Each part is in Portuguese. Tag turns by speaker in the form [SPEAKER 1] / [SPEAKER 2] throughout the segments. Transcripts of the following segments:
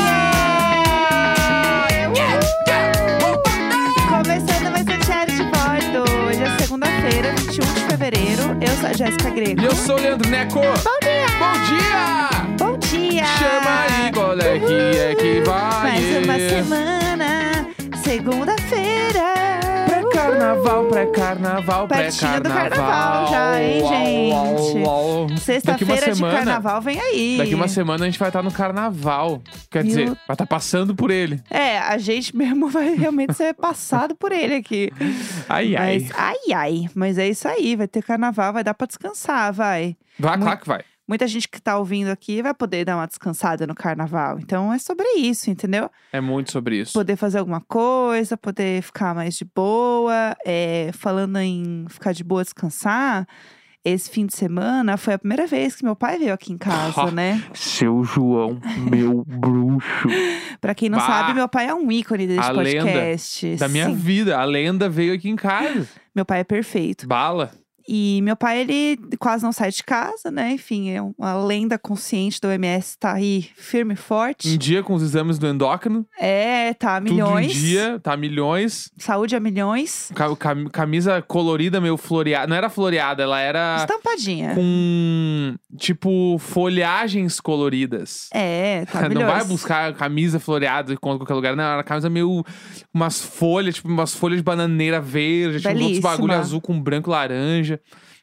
[SPEAKER 1] um é Sexta-feira, 21 de fevereiro. Eu sou a Jéssica Greco.
[SPEAKER 2] E eu sou o Leandro Neco.
[SPEAKER 1] Bom dia!
[SPEAKER 2] Bom dia!
[SPEAKER 1] Bom dia!
[SPEAKER 2] Chama aí, qual é que é que vai?
[SPEAKER 1] Mais uma semana, segunda-feira.
[SPEAKER 2] Pré-carnaval, pré-carnaval,
[SPEAKER 1] Pertinho
[SPEAKER 2] pré-carnaval.
[SPEAKER 1] do carnaval já, hein,
[SPEAKER 2] Uau, uau,
[SPEAKER 1] gente?
[SPEAKER 2] uau. Daqui uma
[SPEAKER 1] Sexta-feira de
[SPEAKER 2] semana-
[SPEAKER 1] carnaval, vem aí.
[SPEAKER 2] Daqui uma semana a gente vai estar no carnaval. Quer
[SPEAKER 1] Meu-
[SPEAKER 2] dizer, vai estar passando por ele.
[SPEAKER 1] É, a gente mesmo vai realmente ser passado por ele aqui.
[SPEAKER 2] Ai, ai.
[SPEAKER 1] Mas, ai, ai. Mas é isso aí, vai ter carnaval, vai dar pra descansar, vai.
[SPEAKER 2] Vai,
[SPEAKER 1] muito-
[SPEAKER 2] claro que vai.
[SPEAKER 1] Muita gente que tá ouvindo aqui vai poder dar uma descansada no carnaval. Então é sobre isso, entendeu?
[SPEAKER 2] É muito sobre isso.
[SPEAKER 1] Poder fazer alguma coisa, poder ficar mais de boa. É, falando em ficar de boa, descansar. Esse fim de semana foi a primeira vez que meu pai veio aqui em casa, né?
[SPEAKER 2] Seu João, meu bruxo.
[SPEAKER 1] Pra quem não
[SPEAKER 2] Bah!
[SPEAKER 1] sabe, meu pai é um ícone desse
[SPEAKER 2] A lenda
[SPEAKER 1] podcast.
[SPEAKER 2] Da minha
[SPEAKER 1] Sim,
[SPEAKER 2] vida. A lenda veio aqui em casa.
[SPEAKER 1] meu pai é perfeito.
[SPEAKER 2] Bala.
[SPEAKER 1] E meu pai, ele quase não sai de casa, né? Enfim, é uma lenda consciente do MS, tá aí firme e
[SPEAKER 2] Um
[SPEAKER 1] forte.
[SPEAKER 2] dia com os exames do endócrino.
[SPEAKER 1] É, tá a milhões.
[SPEAKER 2] Tudo em dia, tá? Milhões.
[SPEAKER 1] Saúde a milhões.
[SPEAKER 2] Ca- cam- Camisa colorida, meio floreada. Não era floreada, ela era
[SPEAKER 1] Estampadinha.
[SPEAKER 2] com, tipo, folhagens coloridas.
[SPEAKER 1] É, tá a
[SPEAKER 2] Não
[SPEAKER 1] milhões.
[SPEAKER 2] vai buscar camisa floreada e conta qualquer lugar. Não, era camisa meio. Umas folhas, tipo, umas folhas de bananeira verde. Tinha uns outros
[SPEAKER 1] Belíssima.
[SPEAKER 2] bagulho azul com branco e laranja.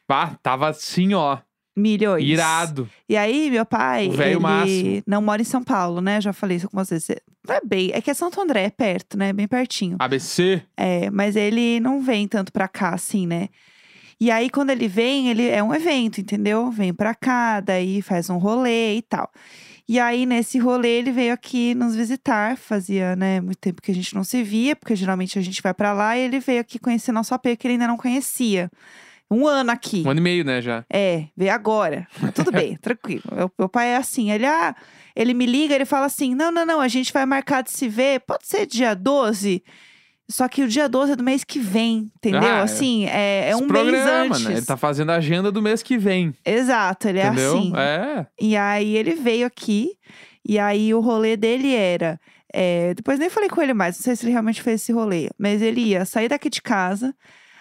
[SPEAKER 2] Pá, tava assim, ó.
[SPEAKER 1] milhões.
[SPEAKER 2] Irado.
[SPEAKER 1] E aí, meu pai,
[SPEAKER 2] O velho
[SPEAKER 1] ele
[SPEAKER 2] máximo.
[SPEAKER 1] não mora em São Paulo, né? Já falei isso algumas vezes. Não é bem, é que é Santo André, é perto, né? Bem pertinho.
[SPEAKER 2] ABC.
[SPEAKER 1] É, mas ele não vem tanto pra cá, assim, né? E aí, quando ele vem, ele é um evento, entendeu? Vem pra cá, daí faz um rolê e tal. E aí, nesse rolê, ele veio aqui nos visitar. Fazia, né, muito tempo que a gente não se via, porque geralmente a gente vai pra lá. E ele veio aqui conhecer nosso AP, que ele ainda não conhecia. Um ano aqui.
[SPEAKER 2] Um ano e meio, né, já.
[SPEAKER 1] É, veio agora. Mas Tudo bem, tranquilo. Meu, meu pai é assim, ele, ah, ele me liga, ele fala assim: não, não, não, a gente vai marcar de se ver, pode ser dia 12. Só que o dia 12 é do mês que vem, entendeu?
[SPEAKER 2] Ah, é.
[SPEAKER 1] assim, é, é
[SPEAKER 2] Esse
[SPEAKER 1] um
[SPEAKER 2] programa,
[SPEAKER 1] mês antes.
[SPEAKER 2] Né? Ele tá fazendo a agenda do mês que vem.
[SPEAKER 1] Exato, ele
[SPEAKER 2] entendeu?
[SPEAKER 1] é assim.
[SPEAKER 2] É.
[SPEAKER 1] E aí ele veio aqui, e aí o rolê dele era. é, depois nem falei com ele mais, não sei se ele realmente fez esse rolê, mas ele ia sair daqui de casa,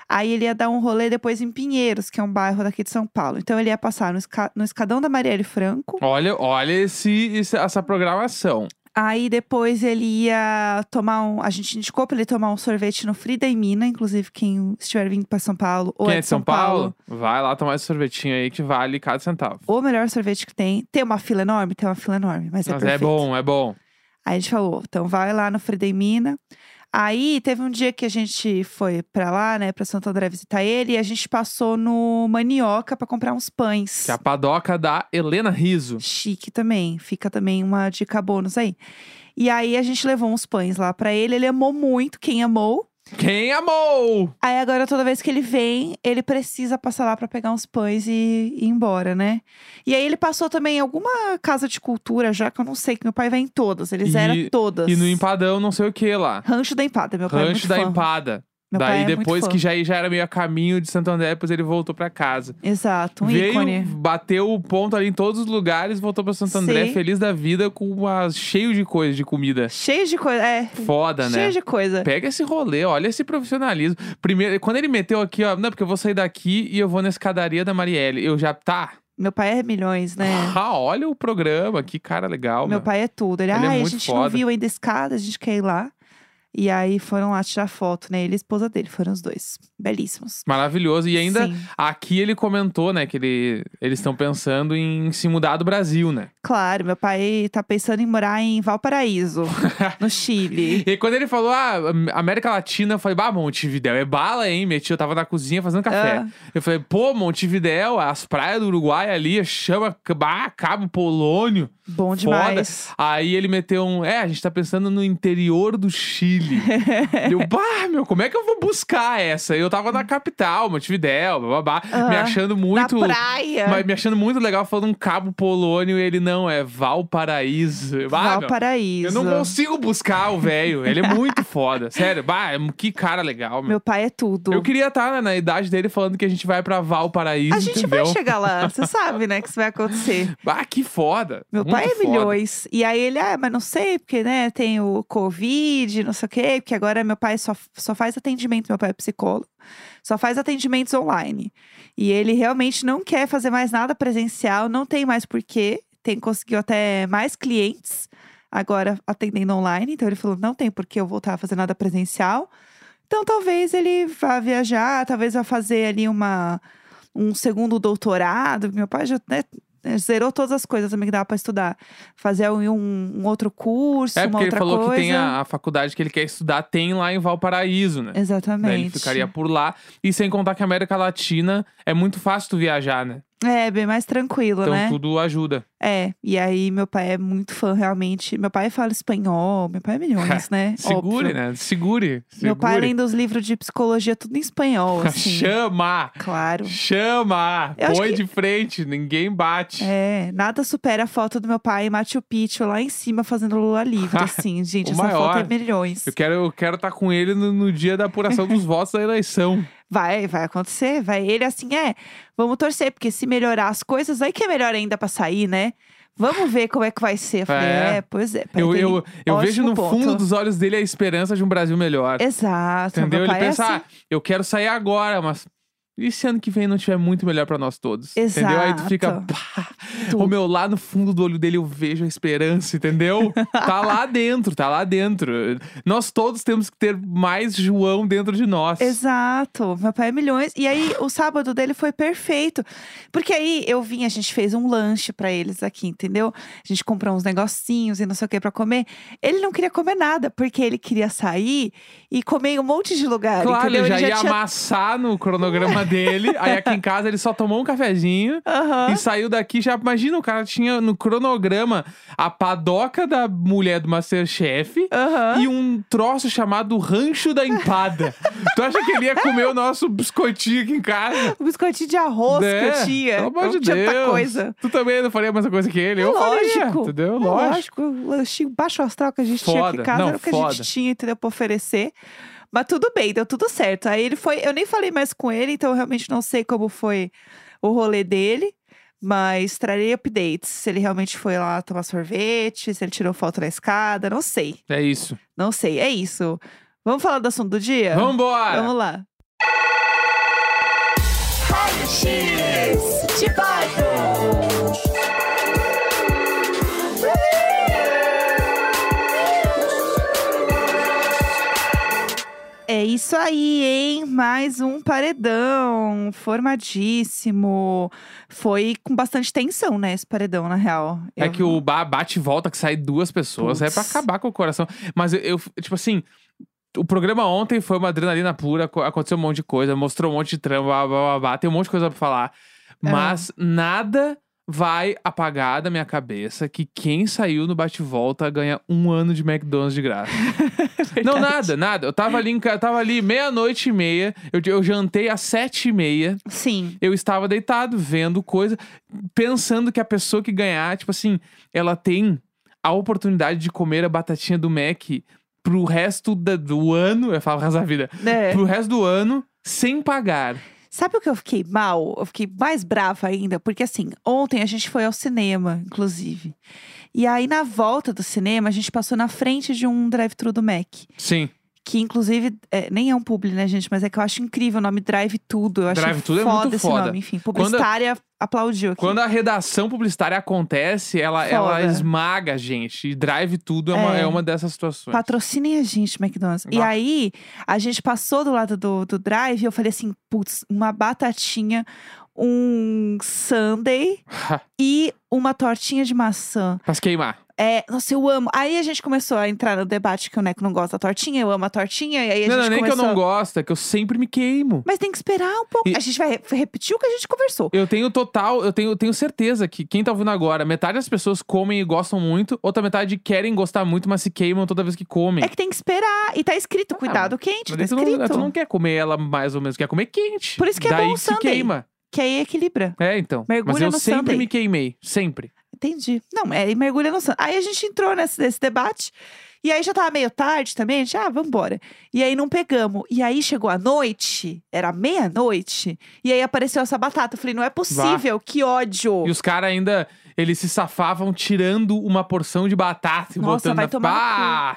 [SPEAKER 1] aí ele ia dar um rolê depois em Pinheiros, que é um bairro daqui de São Paulo. Então ele ia passar no, esca- no escadão da Marielle Franco,
[SPEAKER 2] Olha, olha esse, esse- essa programação.
[SPEAKER 1] aí depois ele ia tomar um. A gente indicou pra ele tomar um sorvete no Frida e Mina, inclusive quem estiver vindo pra São Paulo ou
[SPEAKER 2] Quem
[SPEAKER 1] é de São Paulo.
[SPEAKER 2] Vai lá tomar esse sorvetinho aí que vale cada centavo.
[SPEAKER 1] O melhor sorvete que tem. Tem uma fila enorme? Tem uma fila enorme, mas é
[SPEAKER 2] Mas é
[SPEAKER 1] perfeito.
[SPEAKER 2] bom, é bom.
[SPEAKER 1] Aí a gente falou, então vai lá no Friday Mina. Aí teve um dia que a gente foi pra lá, né, pra Santo André visitar ele, e a gente passou no Manioca pra comprar uns pães.
[SPEAKER 2] Que é a padoca da Helena Riso.
[SPEAKER 1] Chique também, fica também uma dica bônus aí. E aí a gente levou uns pães lá pra ele, ele amou muito, quem amou.
[SPEAKER 2] Quem amou?
[SPEAKER 1] Aí agora toda vez que ele vem, ele precisa passar lá pra pegar uns pães e ir embora, né? E aí ele passou também em alguma casa de cultura, já que eu não sei, que meu pai vai em todas, ele
[SPEAKER 2] E-
[SPEAKER 1] zera todas.
[SPEAKER 2] E no empadão, não sei o que lá.
[SPEAKER 1] Rancho da Empada, meu pai é
[SPEAKER 2] Rancho
[SPEAKER 1] muito
[SPEAKER 2] da
[SPEAKER 1] fã.
[SPEAKER 2] empada.
[SPEAKER 1] Meu
[SPEAKER 2] Daí
[SPEAKER 1] pai é muito
[SPEAKER 2] depois
[SPEAKER 1] fã.
[SPEAKER 2] que já, já era meio a caminho de Santo André, depois ele voltou pra casa.
[SPEAKER 1] Exato, um
[SPEAKER 2] Veio,
[SPEAKER 1] ícone.
[SPEAKER 2] bateu o ponto ali em todos os lugares, voltou pra Santo André,
[SPEAKER 1] Sim.
[SPEAKER 2] feliz da vida, com uma, cheio de coisa, de comida.
[SPEAKER 1] Cheio de coisa, é.
[SPEAKER 2] Foda, né?
[SPEAKER 1] Cheio de coisa.
[SPEAKER 2] Pega esse rolê, olha esse profissionalismo. Primeiro, quando ele meteu aqui, ó, não, porque eu vou sair daqui e eu vou na escadaria da Marielle. Eu já tá.
[SPEAKER 1] Meu pai é milhões, né?
[SPEAKER 2] Ah, olha o programa, que cara legal,
[SPEAKER 1] Meu
[SPEAKER 2] meu.
[SPEAKER 1] pai é tudo. Ele,
[SPEAKER 2] Ele é
[SPEAKER 1] ai, a
[SPEAKER 2] muito
[SPEAKER 1] gente não
[SPEAKER 2] foda."
[SPEAKER 1] viu ainda a escada, a gente quer ir lá. E aí foram lá tirar foto, né? Ele e a esposa dele, foram os dois. Belíssimos.
[SPEAKER 2] Maravilhoso. E ainda
[SPEAKER 1] Sim,
[SPEAKER 2] aqui ele comentou, né, que ele, eles estão pensando em se mudar do Brasil, né?
[SPEAKER 1] Claro, meu pai tá pensando em morar em Valparaíso, no Chile.
[SPEAKER 2] E quando ele falou, ah, América Latina, eu falei, bah, Montevidéu é bala, hein? Meti, eu tava na cozinha fazendo café.
[SPEAKER 1] Ah.
[SPEAKER 2] Eu falei, pô, Montevidéu, as praias do Uruguai ali, chama, bah, Cabo Polônio.
[SPEAKER 1] Bom
[SPEAKER 2] Foda.
[SPEAKER 1] demais.
[SPEAKER 2] Aí ele meteu um. É, a gente tá pensando no interior do Chile. eu, bah, meu, como é que eu vou buscar essa? Eu tava na capital, Montevidéu, babá,
[SPEAKER 1] Aham.
[SPEAKER 2] me achando muito.
[SPEAKER 1] Na praia.
[SPEAKER 2] Mas me achando muito legal falando um cabo polônio e ele, não, é Valparaíso. Ah, meu,
[SPEAKER 1] Valparaíso.
[SPEAKER 2] eu não consigo buscar o velho. Ele é muito foda. Sério, bah, é um, que cara legal, meu.
[SPEAKER 1] Meu pai é tudo.
[SPEAKER 2] Eu queria estar na idade dele falando que a gente vai pra Valparaíso,
[SPEAKER 1] A gente
[SPEAKER 2] entendeu?
[SPEAKER 1] vai chegar lá, você sabe, né, que isso vai acontecer.
[SPEAKER 2] Bah, que foda.
[SPEAKER 1] Meu
[SPEAKER 2] Muito
[SPEAKER 1] pai é
[SPEAKER 2] foda.
[SPEAKER 1] milhões. E aí ele, ah, mas não sei, porque, né, tem o Covid, não sei o quê, porque agora meu pai só, só faz atendimento, meu pai é psicólogo, só faz atendimentos online. E ele realmente não quer fazer mais nada presencial, não tem mais porquê, tem, conseguiu até mais clientes agora atendendo online, então ele falou, não tem porquê eu voltar a fazer nada presencial. Então talvez ele vá viajar, talvez vá fazer ali uma um segundo doutorado, meu pai já, né, zerou todas as coisas também que dava pra estudar. Fazer um, um outro curso,
[SPEAKER 2] É
[SPEAKER 1] uma
[SPEAKER 2] porque ele
[SPEAKER 1] outra
[SPEAKER 2] falou
[SPEAKER 1] coisa.
[SPEAKER 2] que tem a, a faculdade que ele quer estudar, tem lá em Valparaíso, né?
[SPEAKER 1] Exatamente.
[SPEAKER 2] Daí ele ficaria por lá. E sem contar que a América Latina é muito fácil tu viajar, né?
[SPEAKER 1] É, bem mais tranquilo,
[SPEAKER 2] Então
[SPEAKER 1] né?
[SPEAKER 2] tudo ajuda.
[SPEAKER 1] É, e aí meu pai é muito fã, realmente. Meu pai fala espanhol, meu pai é milhões, né?
[SPEAKER 2] Segure,
[SPEAKER 1] Óbvio.
[SPEAKER 2] né? Segure. segure.
[SPEAKER 1] Meu pai lendo os livros de psicologia, tudo em espanhol, assim.
[SPEAKER 2] Chama!
[SPEAKER 1] claro.
[SPEAKER 2] Chama!
[SPEAKER 1] Eu acho
[SPEAKER 2] Põe
[SPEAKER 1] que-
[SPEAKER 2] de frente, ninguém bate.
[SPEAKER 1] É, nada supera a foto do meu pai em Machu Picchu lá em cima fazendo Lula livre, assim, gente.
[SPEAKER 2] O
[SPEAKER 1] essa foto é
[SPEAKER 2] maior.
[SPEAKER 1] milhões.
[SPEAKER 2] Eu quero eu quero estar com ele no, no dia da apuração dos votos da eleição.
[SPEAKER 1] Vai, vai acontecer, vai. Ele assim é, vamos torcer, porque se melhorar as coisas, aí que é melhor ainda pra sair, né? Vamos ver como é que vai ser. Eu falei,
[SPEAKER 2] É.
[SPEAKER 1] é, pois é. pai
[SPEAKER 2] Eu,
[SPEAKER 1] dele,
[SPEAKER 2] eu, eu
[SPEAKER 1] ótimo
[SPEAKER 2] vejo no
[SPEAKER 1] ponto.
[SPEAKER 2] fundo dos olhos dele a esperança de um Brasil melhor.
[SPEAKER 1] Exato,
[SPEAKER 2] Entendeu?
[SPEAKER 1] meu
[SPEAKER 2] Ele
[SPEAKER 1] pai é
[SPEAKER 2] pensa,
[SPEAKER 1] assim.
[SPEAKER 2] ah, eu quero sair agora, mas e se ano que vem não tiver muito melhor pra nós todos? Entendeu? Aí tu fica,
[SPEAKER 1] Exato.
[SPEAKER 2] pá,
[SPEAKER 1] Tu-
[SPEAKER 2] o meu lá no fundo do olho dele eu vejo a esperança, entendeu? tá lá dentro, tá lá dentro. Nós todos temos que ter mais João dentro de nós.
[SPEAKER 1] Exato, meu pai é milhões. E aí, o sábado dele foi perfeito. Porque aí eu vim, a gente fez um lanche pra eles aqui, entendeu? A gente comprou uns negocinhos e não sei o que pra comer. Ele não queria comer nada, porque ele queria sair e comer em um monte de lugar.
[SPEAKER 2] Claro,
[SPEAKER 1] entendeu?
[SPEAKER 2] ele já, ia
[SPEAKER 1] tinha-
[SPEAKER 2] amassar no cronograma dele. Aí aqui em casa ele só tomou um cafezinho
[SPEAKER 1] Aham.
[SPEAKER 2] e saiu daqui. Já imagina, o cara tinha no cronograma a padoca da mulher do Masterchef
[SPEAKER 1] Aham.
[SPEAKER 2] e um troço chamado Rancho da Empada. tu acha que ele ia comer o nosso biscoitinho aqui em casa?
[SPEAKER 1] O um biscoitinho de arroz que eu tinha.
[SPEAKER 2] Né? Pelo amor
[SPEAKER 1] eu
[SPEAKER 2] de
[SPEAKER 1] tinha tanta
[SPEAKER 2] Deus.
[SPEAKER 1] coisa.
[SPEAKER 2] Tu também não faria a mesma coisa que ele?
[SPEAKER 1] É
[SPEAKER 2] eu
[SPEAKER 1] lógico.
[SPEAKER 2] faria, entendeu?
[SPEAKER 1] é lógico. O lanchinho baixo astral que a gente tinha aqui
[SPEAKER 2] Foda.
[SPEAKER 1] em casa
[SPEAKER 2] Não,
[SPEAKER 1] era o que a
[SPEAKER 2] foda.
[SPEAKER 1] gente tinha, entendeu? Pra oferecer. Mas tudo bem, deu tudo certo. Aí ele foi. Eu nem falei mais com ele, então eu realmente não sei como foi o rolê dele. Mas trarei updates. Se ele realmente foi lá tomar sorvete, se ele tirou foto na escada, não sei.
[SPEAKER 2] É isso.
[SPEAKER 1] Não sei. É isso. Vamos falar do assunto do dia?
[SPEAKER 2] Vambora!
[SPEAKER 1] Vamos lá. É isso aí, hein? Mais um paredão formadíssimo. Foi com bastante tensão, né? Esse paredão, na real.
[SPEAKER 2] É
[SPEAKER 1] Eu-
[SPEAKER 2] que o ba- bate e volta que sai duas pessoas é pra
[SPEAKER 1] Putz.
[SPEAKER 2] acabar com o coração. Mas eu, eu, tipo assim, o programa ontem foi uma adrenalina pura, co- aconteceu um monte de coisa, mostrou um monte de trama, blá, blá, blá, blá, tem um monte de coisa pra falar.
[SPEAKER 1] É.
[SPEAKER 2] Mas nada vai apagar da minha cabeça que quem saiu no bate e volta ganha um ano de McDonald's de graça. Não, nada, nada. Eu tava ali, em ca- eu tava ali meia-noite e meia, eu, eu jantei às sete e meia.
[SPEAKER 1] Sim.
[SPEAKER 2] Eu estava deitado, vendo coisa, pensando que a pessoa que ganhar, tipo assim, ela tem a oportunidade de comer a batatinha do Mac pro resto da- do ano, eu falo o resto da vida,
[SPEAKER 1] né?
[SPEAKER 2] pro resto do ano, sem pagar.
[SPEAKER 1] Sabe o que eu fiquei mal? Eu fiquei mais brava ainda, porque assim, ontem a gente foi ao cinema, inclusive. E aí, na volta do cinema, a gente passou na frente de um drive-thru do Mac.
[SPEAKER 2] Sim,
[SPEAKER 1] Que, inclusive, é, nem é um publi, né, gente? Mas é que eu acho incrível o nome Drive Tudo. Eu acho
[SPEAKER 2] Drive Tudo é
[SPEAKER 1] foda
[SPEAKER 2] muito
[SPEAKER 1] esse
[SPEAKER 2] foda.
[SPEAKER 1] nome. Enfim,
[SPEAKER 2] Quando-
[SPEAKER 1] publicitária aplaudiu aqui.
[SPEAKER 2] quando a redação publicitária acontece, ela,
[SPEAKER 1] Foda.
[SPEAKER 2] ela esmaga a gente. E drive tudo é, Uma,
[SPEAKER 1] É.
[SPEAKER 2] é uma dessas situações.
[SPEAKER 1] Patrocinem a gente, McDonald's. E
[SPEAKER 2] Nossa.
[SPEAKER 1] aí, a gente passou do lado do, do drive e eu falei assim: putz, uma batatinha, um sundae e uma tortinha de maçã.
[SPEAKER 2] pra se queimar.
[SPEAKER 1] É, nossa, eu amo. Aí a gente começou a entrar no debate que o Neco não gosta da tortinha, eu amo a tortinha. E aí a
[SPEAKER 2] não,
[SPEAKER 1] gente
[SPEAKER 2] não, nem
[SPEAKER 1] começou...
[SPEAKER 2] que eu não gosto, é que eu sempre me queimo.
[SPEAKER 1] Mas tem que esperar um pouco.
[SPEAKER 2] E-
[SPEAKER 1] A gente vai re- repetir o que a gente conversou.
[SPEAKER 2] Eu tenho total, eu tenho, tenho certeza que quem tá ouvindo agora, metade das pessoas comem e gostam muito, outra metade querem gostar muito, mas se queimam toda vez que comem.
[SPEAKER 1] É que tem que esperar. E tá escrito, cuidado quente,
[SPEAKER 2] Ah, Mas
[SPEAKER 1] tá
[SPEAKER 2] daí tu, não,
[SPEAKER 1] escrito.
[SPEAKER 2] tu não quer comer ela mais ou menos, quer comer quente.
[SPEAKER 1] Por isso que é
[SPEAKER 2] Daí
[SPEAKER 1] bom o
[SPEAKER 2] se
[SPEAKER 1] sundae.
[SPEAKER 2] queima.
[SPEAKER 1] Que aí equilibra.
[SPEAKER 2] É, então.
[SPEAKER 1] Mergulha
[SPEAKER 2] mas eu
[SPEAKER 1] no
[SPEAKER 2] sempre
[SPEAKER 1] sundae.
[SPEAKER 2] me queimei, sempre.
[SPEAKER 1] entendi. Não, é, e mergulha no Santos. Aí a gente entrou nesse, nesse debate. E aí já tava meio tarde também, a gente, ah, vambora. E aí não pegamos. E aí chegou a noite, era meia-noite, e aí apareceu essa batata. Eu falei, não é possível, que ódio.
[SPEAKER 2] E os caras ainda, eles se safavam tirando uma porção de batata e
[SPEAKER 1] Nossa,
[SPEAKER 2] botando
[SPEAKER 1] vai
[SPEAKER 2] na...
[SPEAKER 1] tomar no
[SPEAKER 2] Bah!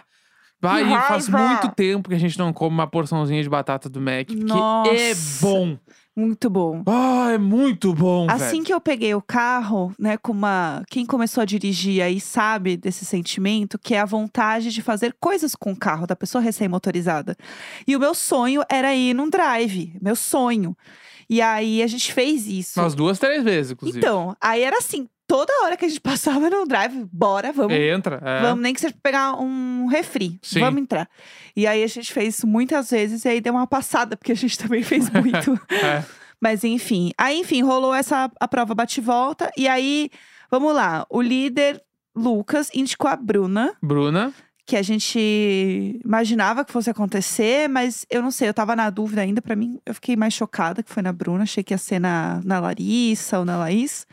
[SPEAKER 2] Bah,
[SPEAKER 1] Que
[SPEAKER 2] e faz
[SPEAKER 1] raiva!
[SPEAKER 2] muito tempo que a gente não come uma porçãozinha de batata do Mac, porque é
[SPEAKER 1] Nossa.
[SPEAKER 2] bom.
[SPEAKER 1] Muito bom.
[SPEAKER 2] Ah, é muito bom,
[SPEAKER 1] Assim
[SPEAKER 2] velho.
[SPEAKER 1] que eu peguei o carro, né, com uma. Quem começou a dirigir aí sabe desse sentimento, que é a vontade de fazer coisas com o carro da pessoa recém-motorizada. E o meu sonho era ir num drive. Meu sonho. E aí a gente fez isso.
[SPEAKER 2] Umas duas, três vezes, inclusive.
[SPEAKER 1] Então, aí era assim, toda hora que a gente passava no drive, bora, vamos.
[SPEAKER 2] Entra. é.
[SPEAKER 1] Vamos, nem que seja pra pegar um refri.
[SPEAKER 2] Sim.
[SPEAKER 1] Vamos entrar. E aí a gente fez isso muitas vezes e aí deu uma passada, porque a gente também fez muito.
[SPEAKER 2] É.
[SPEAKER 1] Mas enfim. Aí, enfim, rolou essa a prova bate-volta. E aí, vamos lá. O líder Lucas indicou a Bruna,
[SPEAKER 2] Bruna,
[SPEAKER 1] que a gente imaginava que fosse acontecer, mas eu não sei, eu tava na dúvida ainda. Pra mim, eu fiquei mais chocada que foi na Bruna. Achei que ia ser na, na Larissa ou na Laís.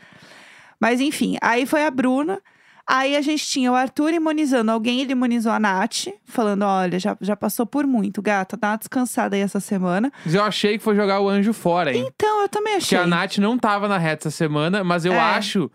[SPEAKER 1] Mas enfim, aí foi a Bruna. Aí a gente tinha o Arthur imunizando alguém, ele imunizou a Nath, falando: olha, já, já passou por muito, gata, dá uma descansada aí essa semana.
[SPEAKER 2] eu achei que foi jogar o anjo fora, hein?
[SPEAKER 1] Então, eu também
[SPEAKER 2] Porque
[SPEAKER 1] achei.
[SPEAKER 2] a Nath não tava na reta essa semana, mas eu
[SPEAKER 1] É.
[SPEAKER 2] acho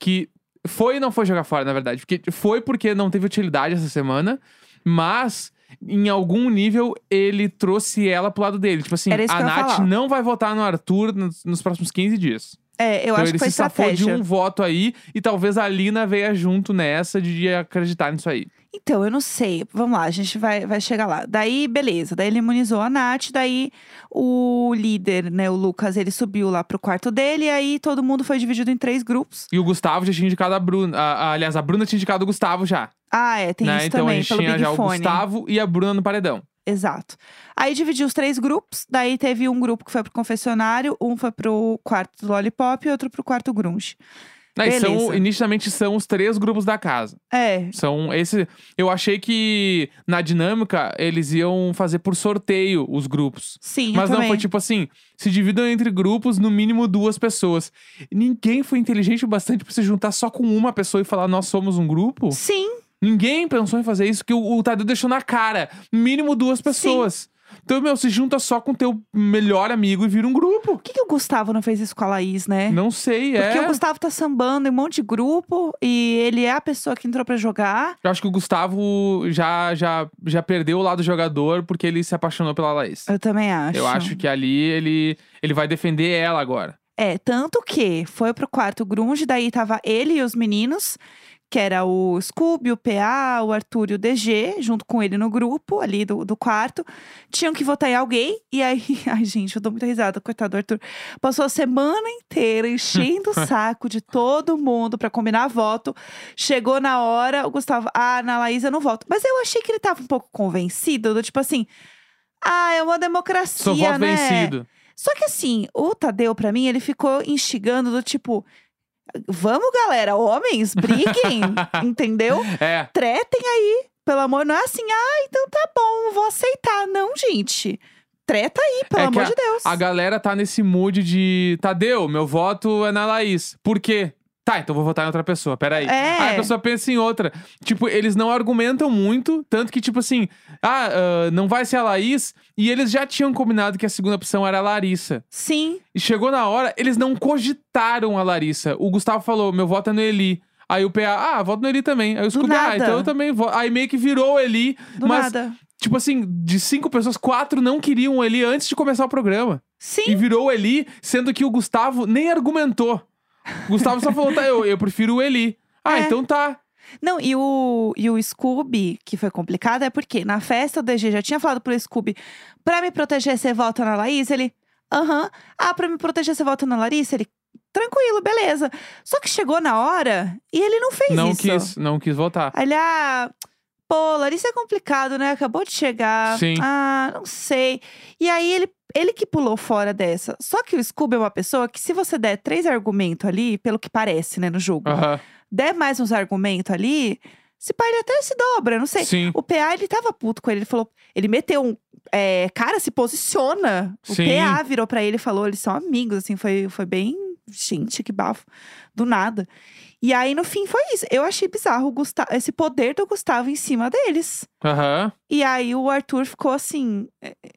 [SPEAKER 2] que foi e não foi jogar fora, na verdade. Porque foi porque não teve utilidade essa semana, mas em algum nível ele trouxe ela pro lado dele. Tipo assim,
[SPEAKER 1] Era isso
[SPEAKER 2] a
[SPEAKER 1] que eu ia
[SPEAKER 2] Nath
[SPEAKER 1] falar.
[SPEAKER 2] não vai votar no Arthur nos, nos próximos 15 dias.
[SPEAKER 1] É, eu
[SPEAKER 2] então
[SPEAKER 1] acho
[SPEAKER 2] ele
[SPEAKER 1] que foi
[SPEAKER 2] se safou de
[SPEAKER 1] estratégia.
[SPEAKER 2] um voto aí e talvez a Lina veia junto nessa de de acreditar nisso aí.
[SPEAKER 1] Então, eu não sei. Vamos lá, a gente vai, vai chegar lá. Daí, beleza. Daí ele imunizou a Nath. Daí o líder, né, o Lucas, ele subiu lá pro quarto dele. E aí todo mundo foi dividido em três grupos.
[SPEAKER 2] E o Gustavo já tinha indicado a Bruna. a- a- aliás, a Bruna tinha indicado o Gustavo já.
[SPEAKER 1] Ah, é, tem
[SPEAKER 2] né?
[SPEAKER 1] isso
[SPEAKER 2] então a
[SPEAKER 1] também,
[SPEAKER 2] gente
[SPEAKER 1] pelo
[SPEAKER 2] tinha
[SPEAKER 1] Big
[SPEAKER 2] já o
[SPEAKER 1] Fone.
[SPEAKER 2] Gustavo e a Bruna no paredão.
[SPEAKER 1] Exato. Aí dividiu os três grupos. Daí teve um grupo que foi pro confessionário, um foi pro quarto do Lollipop e outro pro quarto Grunge.
[SPEAKER 2] Né, e são,
[SPEAKER 1] Beleza.
[SPEAKER 2] inicialmente são os três grupos da casa.
[SPEAKER 1] É,
[SPEAKER 2] São esse. Eu achei que na dinâmica eles iam fazer por sorteio os grupos.
[SPEAKER 1] sim,
[SPEAKER 2] Mas
[SPEAKER 1] eu
[SPEAKER 2] não
[SPEAKER 1] também.
[SPEAKER 2] foi tipo assim: se dividam entre grupos, no mínimo duas pessoas. Ninguém foi inteligente o bastante pra se juntar só com uma pessoa e falar nós somos um grupo.
[SPEAKER 1] Sim,
[SPEAKER 2] Ninguém pensou em fazer isso, que o, o Tadeu deixou na cara. No mínimo duas pessoas. Então, meu, se junta só com teu melhor amigo e vira um grupo.
[SPEAKER 1] por que, que o Gustavo não fez isso com a Laís, né?
[SPEAKER 2] Não sei,
[SPEAKER 1] Porque
[SPEAKER 2] é.
[SPEAKER 1] o Gustavo tá sambando em um monte de grupo e ele é a pessoa que entrou pra jogar.
[SPEAKER 2] Eu acho que o Gustavo já, já, já perdeu o lado jogador porque ele se apaixonou pela Laís.
[SPEAKER 1] Eu também acho.
[SPEAKER 2] Eu acho que ali ele, ele vai defender ela agora.
[SPEAKER 1] É, tanto que foi pro quarto grunge, daí tava ele e os meninos, que era o Scooby, o PA, o Arthur e o DG, junto com ele no grupo ali do, do quarto. Tinham que votar em alguém, e aí, ai gente, eu dou muita risada, coitado do Arthur. Passou a semana inteira enchendo o saco de todo mundo pra combinar voto. Chegou na hora, o Gustavo, ah, na Laís eu não voto. Mas eu achei que ele tava um pouco convencido, do tipo assim, ah, é uma democracia,
[SPEAKER 2] Sou voto
[SPEAKER 1] né?
[SPEAKER 2] vencido.
[SPEAKER 1] Só que assim, o Tadeu, pra mim, ele ficou instigando do tipo. Vamos, galera, homens, briguem, entendeu?
[SPEAKER 2] É.
[SPEAKER 1] Tretem aí, pelo amor. Não é assim, ah, então tá bom, vou aceitar. Não, gente. Treta aí, pelo
[SPEAKER 2] É que
[SPEAKER 1] amor de Deus.
[SPEAKER 2] A galera tá nesse mood de Tadeu, meu voto é na Laís. Por quê? Tá, então vou votar em outra pessoa, peraí.
[SPEAKER 1] É.
[SPEAKER 2] Aí a pessoa pensa em outra. Tipo, eles não argumentam muito, tanto que, tipo assim, ah, ah, não vai ser a Laís, e eles já tinham combinado que a segunda opção era a Larissa.
[SPEAKER 1] Sim,
[SPEAKER 2] E chegou na hora, eles não cogitaram a Larissa. O Gustavo falou: meu voto é no Eli. Aí o PA, ah, voto no Eli também. Aí o Scooby, ah,
[SPEAKER 1] nada.
[SPEAKER 2] então eu também voto. Aí meio que virou o Eli.
[SPEAKER 1] do
[SPEAKER 2] mas,
[SPEAKER 1] nada.
[SPEAKER 2] tipo assim, de cinco pessoas, quatro não queriam o Eli antes de começar o programa. E
[SPEAKER 1] Sim,
[SPEAKER 2] virou o Eli, sendo que o Gustavo nem argumentou. O Gustavo só falou: tá, eu, eu prefiro o Eli. Ah,
[SPEAKER 1] É.
[SPEAKER 2] então tá.
[SPEAKER 1] não, e o, e o Scooby, que foi complicado, é porque na festa o DG já tinha falado pro Scooby, pra me proteger, você volta na Laís? Ele, aham. Ah, pra me proteger, você volta na Larissa? Ele, tranquilo, beleza. Só que chegou na hora e ele não fez
[SPEAKER 2] não
[SPEAKER 1] É isso.
[SPEAKER 2] quis, não quis votar.
[SPEAKER 1] Aí Ele, ah, pô, Larissa é complicado, né? Acabou de chegar.
[SPEAKER 2] Sim.
[SPEAKER 1] Ah, não sei. E aí ele, ele que pulou fora dessa. Só que o Scooby é uma pessoa que, se você der três argumentos ali, pelo que parece, né, no jogo,
[SPEAKER 2] Aham,
[SPEAKER 1] der mais uns argumentos ali, se pá, ele até se dobra, não sei.
[SPEAKER 2] Sim.
[SPEAKER 1] O PA, ele tava puto com ele. Ele falou. Ele meteu um. é, cara, se posiciona. O
[SPEAKER 2] Sim.
[SPEAKER 1] PA virou pra ele e falou: eles são amigos, assim. Foi, foi bem. Gente, que bafo. Do nada. E aí, no fim, foi isso. Eu achei bizarro o Gustavo, esse poder do Gustavo em cima deles.
[SPEAKER 2] Aham.
[SPEAKER 1] E aí, o Arthur ficou assim.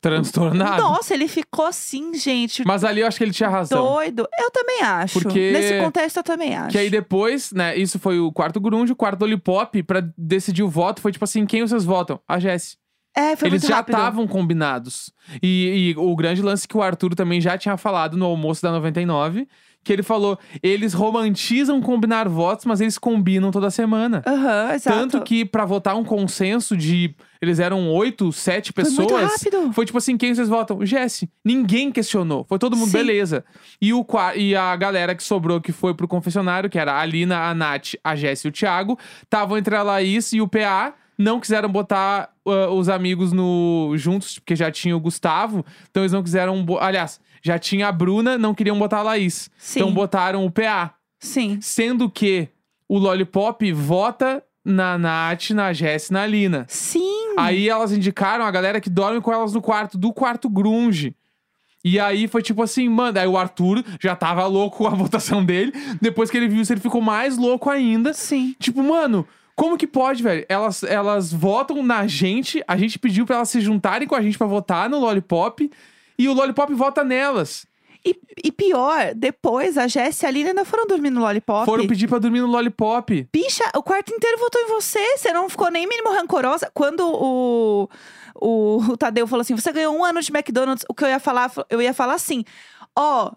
[SPEAKER 2] Transtornado.
[SPEAKER 1] Nossa, ele ficou assim, gente.
[SPEAKER 2] Mas ali eu acho que ele tinha razão.
[SPEAKER 1] Doido. Eu também acho.
[SPEAKER 2] Porque-
[SPEAKER 1] Nesse contexto, eu também acho.
[SPEAKER 2] Que aí depois, né, isso foi o quarto grunge, o quarto olipop, pra decidir o voto, foi tipo assim, quem vocês votam? A Jess.
[SPEAKER 1] É, foi
[SPEAKER 2] Eles
[SPEAKER 1] muito
[SPEAKER 2] já
[SPEAKER 1] rápido.
[SPEAKER 2] estavam combinados. E, e o grande lance que o Arthur também já tinha falado no almoço da 99, que ele falou, eles romantizam combinar votos, mas eles combinam toda semana.
[SPEAKER 1] Aham, exato.
[SPEAKER 2] Tanto que pra votar um consenso de, eles eram oito, sete
[SPEAKER 1] Foi muito
[SPEAKER 2] pessoas...
[SPEAKER 1] rápido.
[SPEAKER 2] Foi tipo assim, quem vocês votam? Jesse. Ninguém questionou. Foi todo mundo,
[SPEAKER 1] Sim.
[SPEAKER 2] beleza. E, o, qua- e a galera que sobrou, que foi pro confessionário, que era a Alina, a Nath, a Jesse e o Thiago, estavam entre a Laís e o PA. Não quiseram botar ah, os amigos no juntos, porque já tinha o Gustavo. Então eles não quiseram... bo- Aliás, já tinha a Bruna, não queriam botar a Laís.
[SPEAKER 1] Sim.
[SPEAKER 2] Então botaram o PA.
[SPEAKER 1] Sim.
[SPEAKER 2] Sendo que o Lollipop vota na Nath, na Jess e na Alina.
[SPEAKER 1] Sim.
[SPEAKER 2] Aí elas indicaram a galera que dorme com elas no quarto, do quarto grunge. E aí foi tipo assim, mano. Aí o Arthur já tava louco com a votação dele. Depois que ele viu isso, ele ficou mais louco ainda.
[SPEAKER 1] Sim.
[SPEAKER 2] Tipo, mano, como que pode, velho? Elas, elas votam na gente, a gente pediu pra elas se juntarem com a gente pra votar no Lollipop. E o Lollipop vota nelas.
[SPEAKER 1] E, e pior, depois a Jéssica e a Lilian ainda foram dormir no Lollipop.
[SPEAKER 2] Foram pedir pra dormir no Lollipop.
[SPEAKER 1] Bicha, o quarto inteiro votou em você. Você não ficou nem mínimo rancorosa. Quando o, o, o Tadeu falou assim: você ganhou um ano de McDonald's, o que eu ia falar, eu ia falar assim: ó,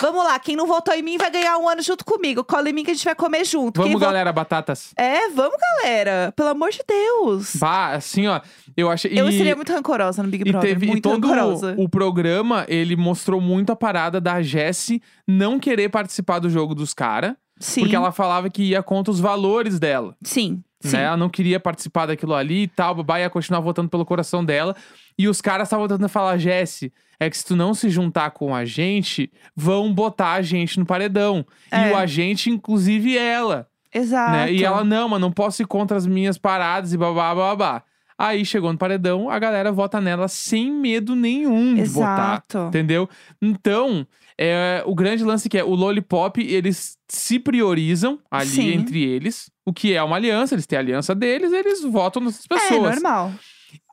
[SPEAKER 1] vamos lá, quem não votou em mim vai ganhar um ano junto comigo. Cola em mim que a gente vai comer junto.
[SPEAKER 2] Vamos,
[SPEAKER 1] Quem vo-
[SPEAKER 2] galera, batatas.
[SPEAKER 1] É, vamos, galera. Pelo amor de Deus.
[SPEAKER 2] Bah, assim, ó. Eu achei.
[SPEAKER 1] Eu
[SPEAKER 2] e-
[SPEAKER 1] seria muito rancorosa no Big
[SPEAKER 2] E
[SPEAKER 1] Brother.
[SPEAKER 2] teve e
[SPEAKER 1] muito
[SPEAKER 2] todo
[SPEAKER 1] rancorosa.
[SPEAKER 2] o, o programa, ele mostrou muito a parada da Jessie não querer participar do jogo dos caras,
[SPEAKER 1] Sim.
[SPEAKER 2] porque ela falava que ia contra os valores dela.
[SPEAKER 1] Sim. Sim.
[SPEAKER 2] Né? Ela não queria participar daquilo ali e tal, babá ia continuar votando pelo coração dela. E os caras estavam tentando falar, Jesse, é que se tu não se juntar com a gente, vão botar a gente no paredão.
[SPEAKER 1] É.
[SPEAKER 2] E o agente, inclusive, ela.
[SPEAKER 1] Exato.
[SPEAKER 2] né? E ela, não, mas não posso ir contra as minhas paradas e babá, babá. Aí chegou no paredão, a galera vota nela sem medo nenhum de votar.
[SPEAKER 1] Exato.
[SPEAKER 2] Entendeu? Então, é, o grande lance que é o Lollipop, eles se priorizam ali
[SPEAKER 1] Sim.
[SPEAKER 2] entre eles, o que é uma aliança, eles têm a aliança deles, eles votam nas
[SPEAKER 1] É
[SPEAKER 2] pessoas.
[SPEAKER 1] normal.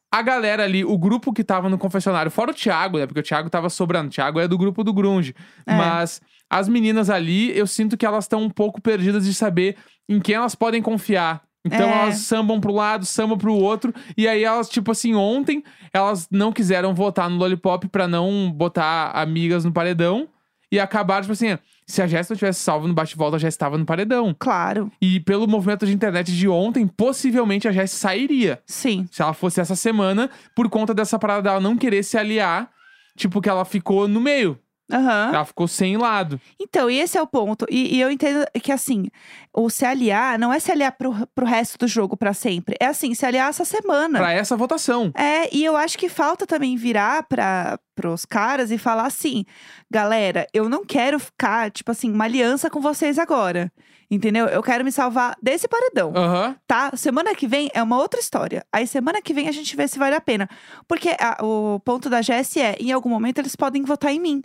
[SPEAKER 2] a galera ali, o grupo que tava no confessionário, fora o Thiago, né? Porque o Thiago tava sobrando, o Thiago é do grupo do Grunge.
[SPEAKER 1] É.
[SPEAKER 2] Mas as meninas ali, eu sinto que elas estão um pouco perdidas de saber em quem elas podem confiar. Então
[SPEAKER 1] É.
[SPEAKER 2] elas sambam pro lado, sambam pro outro. E aí elas, tipo assim, ontem elas não quiseram votar no Lollipop pra não botar amigas no paredão. E acabaram, tipo assim, se a Jéssica tivesse salvo no bate-volta, já estava no paredão.
[SPEAKER 1] Claro.
[SPEAKER 2] E pelo movimento de internet de ontem, possivelmente a Jéssica sairia
[SPEAKER 1] Sim.
[SPEAKER 2] se ela fosse essa semana, por conta dessa parada dela não querer se aliar. Tipo, que ela ficou no meio.
[SPEAKER 1] Aham.
[SPEAKER 2] Ela ficou sem lado.
[SPEAKER 1] Então, e esse é o ponto. E, e eu entendo que, assim, o se aliar não é se aliar pro, pro resto do jogo pra sempre. É assim, se aliar essa semana.
[SPEAKER 2] Pra essa votação.
[SPEAKER 1] É, e eu acho que falta também virar para pros caras e falar assim, galera, eu não quero ficar, tipo assim, uma aliança com vocês agora. Entendeu? Eu quero me salvar desse paredão,
[SPEAKER 2] Aham.
[SPEAKER 1] tá? Semana que vem é uma outra história. Aí semana que vem a gente vê se vale a pena. Porque a- o ponto da Jess é, em algum momento eles podem votar em mim.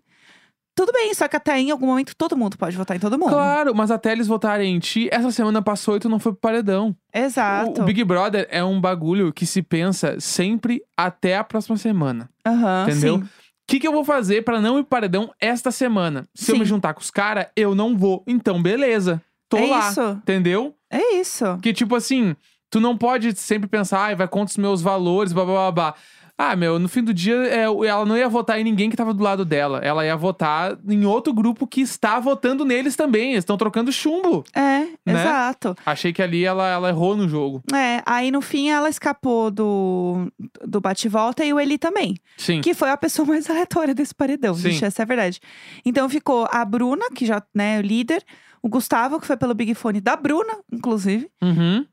[SPEAKER 1] Tudo bem, só que até em algum momento todo mundo pode votar em todo mundo.
[SPEAKER 2] Claro, mas até eles votarem em ti, essa semana passou e tu não foi pro paredão.
[SPEAKER 1] Exato.
[SPEAKER 2] O, o Big Brother é um bagulho que se pensa sempre até a próxima semana.
[SPEAKER 1] Aham,
[SPEAKER 2] entendeu?
[SPEAKER 1] sim.
[SPEAKER 2] O que, que eu vou fazer pra não ir pro paredão esta semana? Se eu
[SPEAKER 1] Sim.
[SPEAKER 2] me juntar com os caras, eu não vou. Então, beleza. Tô
[SPEAKER 1] é
[SPEAKER 2] lá.
[SPEAKER 1] isso.
[SPEAKER 2] Entendeu?
[SPEAKER 1] É isso.
[SPEAKER 2] Que tipo assim, tu não pode sempre pensar, ai, vai contra os meus valores, blá blá blá blá. Ah, meu, no fim do dia, é, o- ela não ia votar em ninguém que tava do lado dela. Ela ia votar em outro grupo que está votando neles também. Eles estão trocando chumbo.
[SPEAKER 1] É,
[SPEAKER 2] Né?
[SPEAKER 1] exato.
[SPEAKER 2] Achei que ali ela, ela errou no jogo.
[SPEAKER 1] É, aí no fim ela escapou do, do bate-volta e o Eli também.
[SPEAKER 2] Sim.
[SPEAKER 1] Que foi a pessoa mais aleatória desse paredão,
[SPEAKER 2] Hum. Sim.
[SPEAKER 1] gente, essa é a verdade. Então ficou a Bruna, que já, né, o líder. O Gustavo, que foi pelo Big Fone da Bruna, inclusive.
[SPEAKER 2] Uhum.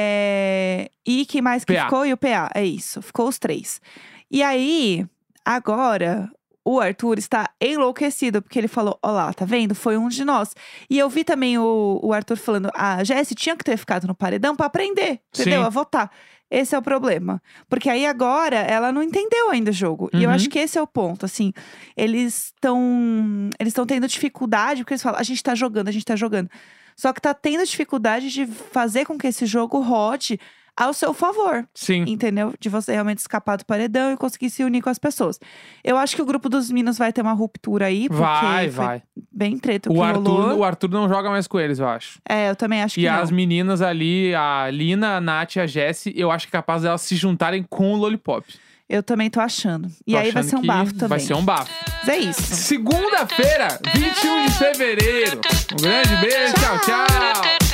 [SPEAKER 1] É, E quem mais que
[SPEAKER 2] PA.
[SPEAKER 1] ficou? E o PA, é isso. Ficou os três. E aí, agora... O Arthur está enlouquecido, porque ele falou: Ó lá, tá vendo? Foi um de nós. E eu vi também o, o Arthur falando: "Ah, a Jesse tinha que ter ficado no paredão pra aprender, entendeu?
[SPEAKER 2] Sim.
[SPEAKER 1] A votar. Esse é o problema. Porque aí agora ela não entendeu ainda o jogo. E eu
[SPEAKER 2] Uhum.
[SPEAKER 1] acho que esse é o ponto. Assim, eles estão. Eles estão tendo dificuldade, porque eles falam, a gente tá jogando, a gente tá jogando. Só que tá tendo dificuldade de fazer com que esse jogo rode ao seu favor
[SPEAKER 2] Sim.
[SPEAKER 1] entendeu? De você realmente escapar do paredão e conseguir se unir com as pessoas. Eu acho que o grupo dos meninos vai ter uma ruptura aí, porque
[SPEAKER 2] Vai,
[SPEAKER 1] foi
[SPEAKER 2] vai.
[SPEAKER 1] bem treta o, que
[SPEAKER 2] O Arthur,
[SPEAKER 1] rolou.
[SPEAKER 2] o Arthur não joga mais com eles, eu acho.
[SPEAKER 1] É, eu também acho
[SPEAKER 2] e
[SPEAKER 1] que
[SPEAKER 2] as
[SPEAKER 1] não.
[SPEAKER 2] meninas ali, a Lina, a Nath e a Jessie, eu acho que é capaz delas se juntarem com o Lollipop.
[SPEAKER 1] Eu também tô achando. E
[SPEAKER 2] Tô
[SPEAKER 1] aí vai
[SPEAKER 2] achando
[SPEAKER 1] ser um
[SPEAKER 2] que
[SPEAKER 1] bafo também.
[SPEAKER 2] Vai ser um bafo.
[SPEAKER 1] Mas é isso.
[SPEAKER 2] Segunda-feira, 21 de fevereiro. Um grande beijo, Um tchau. tchau.